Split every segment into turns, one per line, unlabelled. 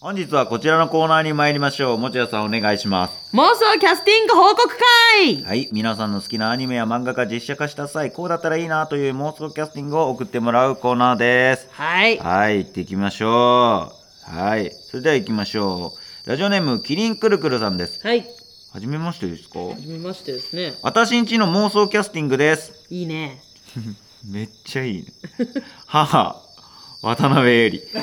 本日はこちらのコーナーに参りましょう。もちやさんお願いします。
妄想キャスティング報告会
はい。皆さんの好きなアニメや漫画が実写化した際、こうだったらいいなという妄想キャスティングを送ってもらうコーナーです。
はい。
はい。行っていきましょう。はい。それでは行きましょう。ラジオネーム、キリンくるくるさんです。
はい。
はじめましてですか
はじめましてですね。
私んちの妄想キャスティングです。
いいね。
めっちゃ いいね。母、渡辺ゆり。ま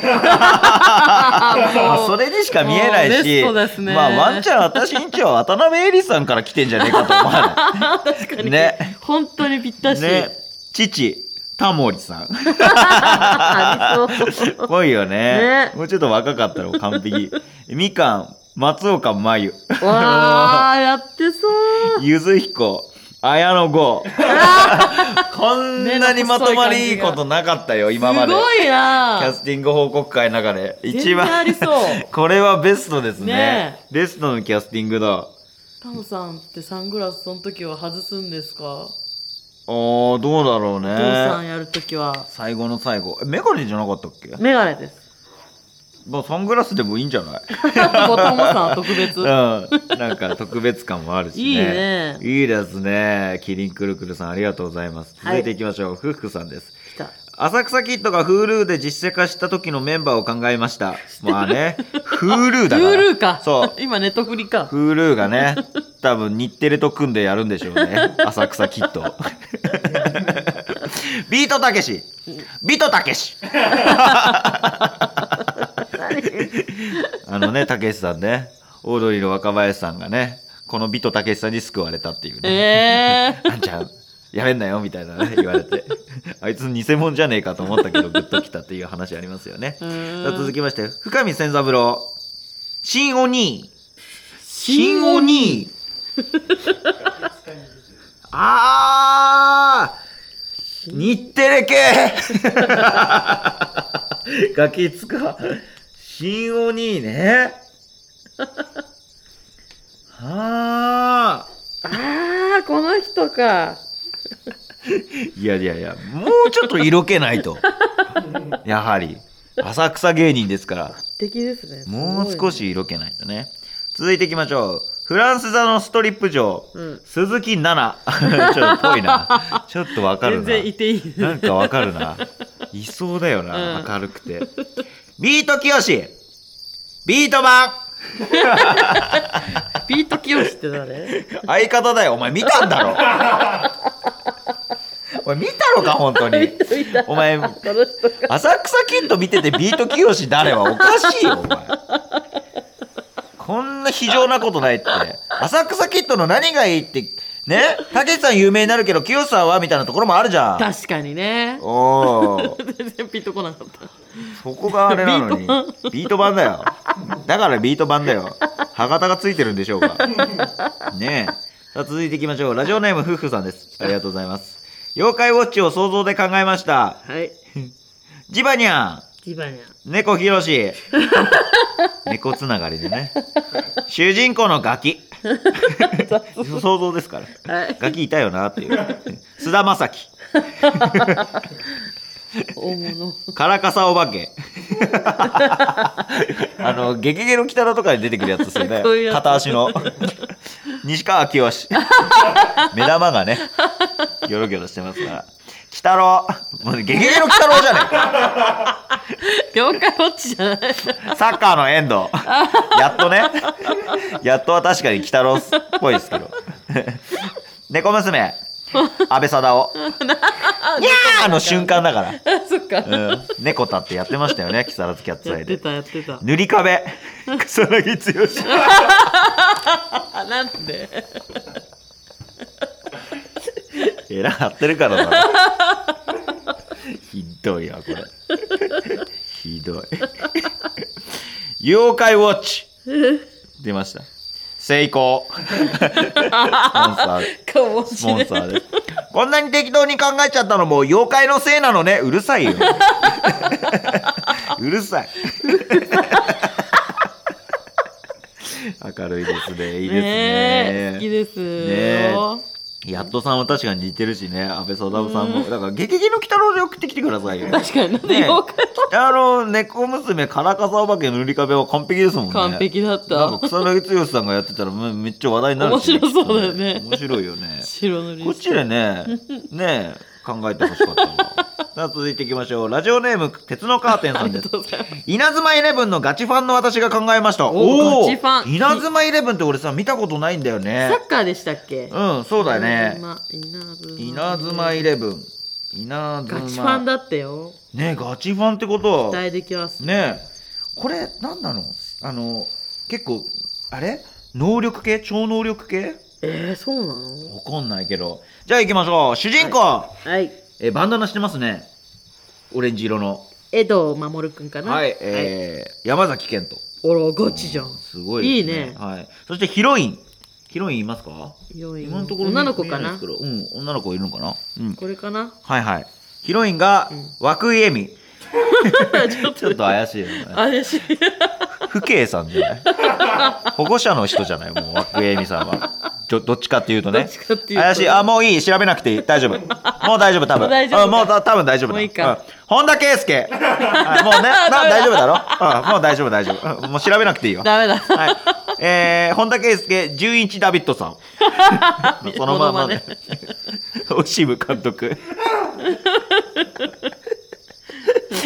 あそれでしか見えない
もう
し、
ベストですね
まあワンちゃん私んちは渡辺エリさんから来てんじゃねえかと思わ
確かに。
ね
本当にぴった
ない。
し。
ね、父タモリ さん。
ありそう。
っぽいよね
ね
もうちょっと若かったら完璧。みかん松岡真 由、
わあ、やってそう。
ゆず彦、綾野剛。 こんなにまとまりいいことなかったよ今ますで。
ごい
キャ
な。
スティング報告会の中で一
全然あ
番
りそう。
これはベストですね
ね
ベストのキャスティングだ。
タモさんってサングラスその時は外すんですか、
あーどうだろうね。
お父さんやる時は。
最後の最後えメガネじゃなかったっけ、
メガネです。
まあ、サングラスでもいいんじゃない
ごタモさんは特別。
うんなんか特別感もあるしね
いいね
いいですねキリンくるくるさんありがとうございます
はい
続いていきましょう、ふっふさんです
来た。
浅草キッドが Hulu で実写化した時のメンバーを考えま したまあね Hulu だから
ルールか。
そう
今ネットフ リか。
Hulu がね多分日テレと組んでやるんでしょうね浅草キッド ビートたけしビートたけしあのね、たけしさんね、オードリーの若林さんがね、このビトたけしさんに救われたっていうね、
ええ
あんちゃん、やめんなよみたいなね、言われて、 あいつ偽物じゃねえかと思ったけど、グッときたっていう話ありますよね。さ
ー。
あ続きまして、深見千三郎、新鬼、
新鬼。
鬼。あー日テレ系ガキつか。新鬼ね。はあ。
ああ、この人か。
いやいやいや、もうちょっと色気ない と。やはり。浅草芸人ですから。
素敵ですね。
もう少
し。
し色気ないとね。続いていきましょう。フランス座のストリップ城。
うん。
鈴木奈々 ちょっとぽいなちょっとわかる
全
な
然い ていい。
なんかわかるないそうだよな、
うん
明るくてビートきよしビート版
ビートきよしって誰
相方だよお前見たん だろお前見たのか本当に
見た。
お前
この人か。
浅草キッド見ててビートきよし誰はおかしいよお前こんな非常なことないって浅草キッドの何がいいってねたけしさん有名になるけどきよしさんはみたいなところもあるじゃん
確かにね。
おお、
全然ピンとこなかった。
そこがあれなのに
ビート
ビート版だよ。だからビート版だよ。歯型がついてるんでしょうか。ねえ。さあ続いていきましょう。ラジオネーム夫婦さんです。ありがとうございます。妖怪ウォッチを想像で考えました。
はい。
ジバニャン、
ジバニャン。
猫ひろし。 猫つながりでね。主人公のガキ。想像ですから。
はい。
ガキいたよなっていう。菅田将暉。
大物。
カラカサお化け。 あの、ゲゲゲの鬼太郎とかに出てくるやつですよね
こういう。やつ
片足の。西川きよし。目玉がね、ギョロギョロしてますから。鬼太郎。もうゲゲゲの鬼太郎じゃねえか
妖怪ウォッチじゃない。
サッカーの遠 藤。やっとね。やっとは確かに鬼太郎っぽいですけど。 猫娘。安倍貞 夫。にゃーの瞬間だから。
あ、 そっか。
うん、猫立ってやってましたよね、木更津キャッツア
や
イ
って
で。
た、やってた。
塗り壁草薙剛
あ、なんで
えら張ってるからなひどいわこれひどい妖怪ウォッチ出ました成功スポンサー
かも
ス
し
ポン
れ
サ
ない。
ーですこんなに適当に考えちゃったのも妖怪のせいなのねうる さいようるさい明るいですねいいですね
え好きです。
ねえやっとさんは確かに似てるしね、安倍貞夫さんも。だから、ゲゲゲの鬼太郎で送ってきてくださいよ。
確かになんで
ねえ
妖怪
あの、猫娘、からかさお化けの塗り壁は完璧ですもんね。
完璧だっ
なんか
た
草薙剛さんがやってたらめめっちゃ話題になるし、
面白そうだよね
面白いよね。
白塗り
こっちで ね、ねえ、考えてほしかったな。さあ、続いていきましょう。ラジオネーム、鉄のカーテン
あ
さん
り
で
が
す。
とうございます
稲妻イレブンのガチファンの私が考えました。
おガチファン
稲妻イレブンって俺さ、見たことないんだよね
サ。ッカーでしたっけ
うん、そうだね。
稲妻
稲妻イレブン。稲妻。
ガチファンだってよ
ねえガチファンってこと
期
は。
待できます
ねえこれ、なんなのあの、結構、あれ能力系超能力系
えー、そうなの
わかんないけど。じゃあ行きましょう。主人公、
はい
えーバンダナしてますね。オレンジ色の。
江戸守くんかな
はい、えー山崎賢人。
おらガチじゃん
すごいです、ね。
いいね
はい。そしてヒロイン。ヒロインいますか
良い
今のところ
女の子か
見えい
な
ですけどうん、女の子いるのかなうん。
これかな
はいはい。ヒロインが、涌井絵 美。
ちょっ
ちょっと
と
怪しいよね。
怪しい
父兄さんじゃない保護者の人じゃないもう涌井絵美さんはどどっちかっていうとね
どっちかっていうと
怪しいあもういい調べなくていい大丈夫もう大丈夫多分
もう大丈夫
うんもうた多分大丈夫だ
もういいか
ん本田圭佑、はい もうねな大丈夫だろ、うん、もう大丈夫大丈夫、うんもう調べなくていいよ
ダメだ
はいえー、本田圭佑純一ダビッド さんそのままね オシム監督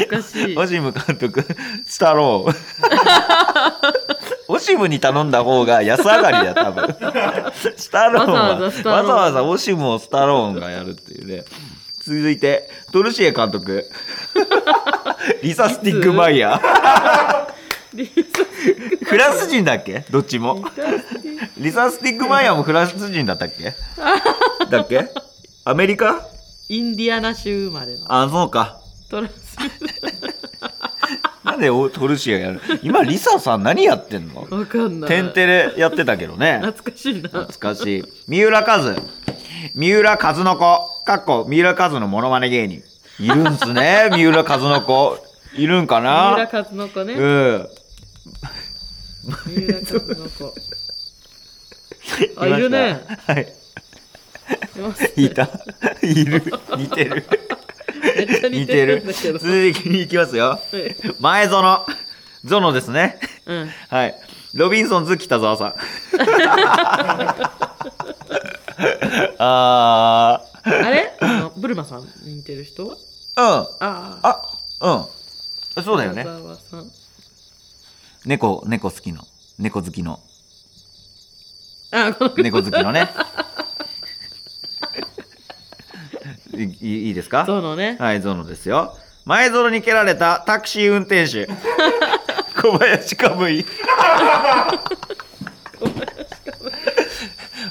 おかし い
オシム監督スタロ ーンオシムに頼んだ方が安上がりだよ多 分スタローンは
わざわざスタロー
わ
ン
ざわざオシムをスタローンがやるっていうね続いてトルシエ監督 リサ・スティック・マイヤー
リサ
フランス人だっけどっちもリサ・スティック・マイヤーもフランス人だったっけだっけアメリカ
インディアナ州生まれの
あそうか
トラス
なんでおトルシエやる今リサさん何やってんの
わかんない
テンテレやってたけどね
懐かしいな
懐かしい。三浦和。三浦和の子。かっこ、三浦和のモノマネ芸人。いるんす ね、三浦和の子。いるんか
三浦
な
和の子
う
ね
ん。
三浦和の子あ
ました
いるね。
はい。
います
いた。いる。似てる。
めっちゃ似
似
て
て
る
る
んだけ。ど
続いていきますよ。
はい
前園。ゾノですね。
うん
はい。ロビンソンズ北沢さ ん。あ
あれあのブルマさんに似てる人
ー。うん。
ああ
あ、うん。そうだよね。
北沢さん
猫、猫好きの。猫好きの。
あこの
猫好きのね。いいいいです
そ
か
のね
はい、ゾノですよ。前ゾノに蹴られたタクシー運転手。小林かぶい。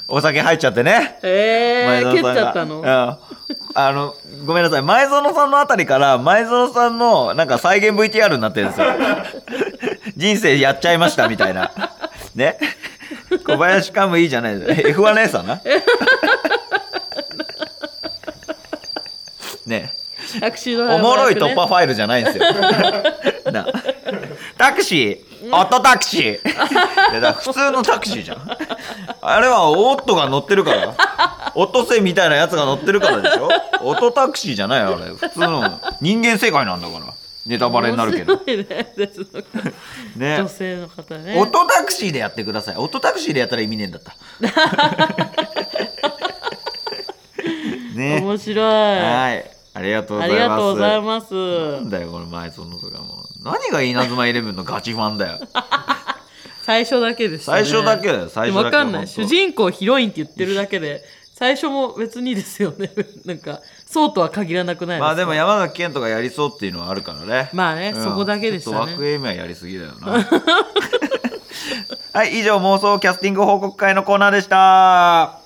お酒入っちゃってね。
えー、蹴っ
前園さ
ち
んが
ゃったの
うんあの、ごめんなさい。前園さんのあたりから、前園さんのなんか再現 VTR になってるんですよ。 人生やっちゃいましたみたいな。ね。小林カムいいじゃないですか。F1 レーサー な。ね。
タクシードラ
お
イバー
もろい
役ね
突破ファイルじゃないんです よ。なタクシー、オットタクシー。いやだから普通のタクシーじゃん。あれはオットが乗ってるから。オットセイみたいなやつが乗ってるからでしょ。オットタクシーじゃないあれ。普通の人間世界なんだから。ネタバレになるけど。
面白いね別の
ね
女。性の方ね
オットタクシーでやってください。オットタクシーでやったら意味ねえん だった。ね。
面白い
はい。ありがとうご
あ
ざい
り
ます。
がとうございます
なんだよこの前園とかも何が稲妻イレブンのガチファンだ よ
最初だけでしたね
最初だけだよ最初だけ
でもわかんな
本
い
当
主人公ヒロインって言ってるだけで最初も別にですよねなんかそうとは限らなくないですか
まあでも山崎賢人がやりそうっていうのはあるからね
まあね
うん
そこだけでしたね
ちょっと枠エミはやりすぎだよ なはい以上妄想キャスティング報告会のコーナーでした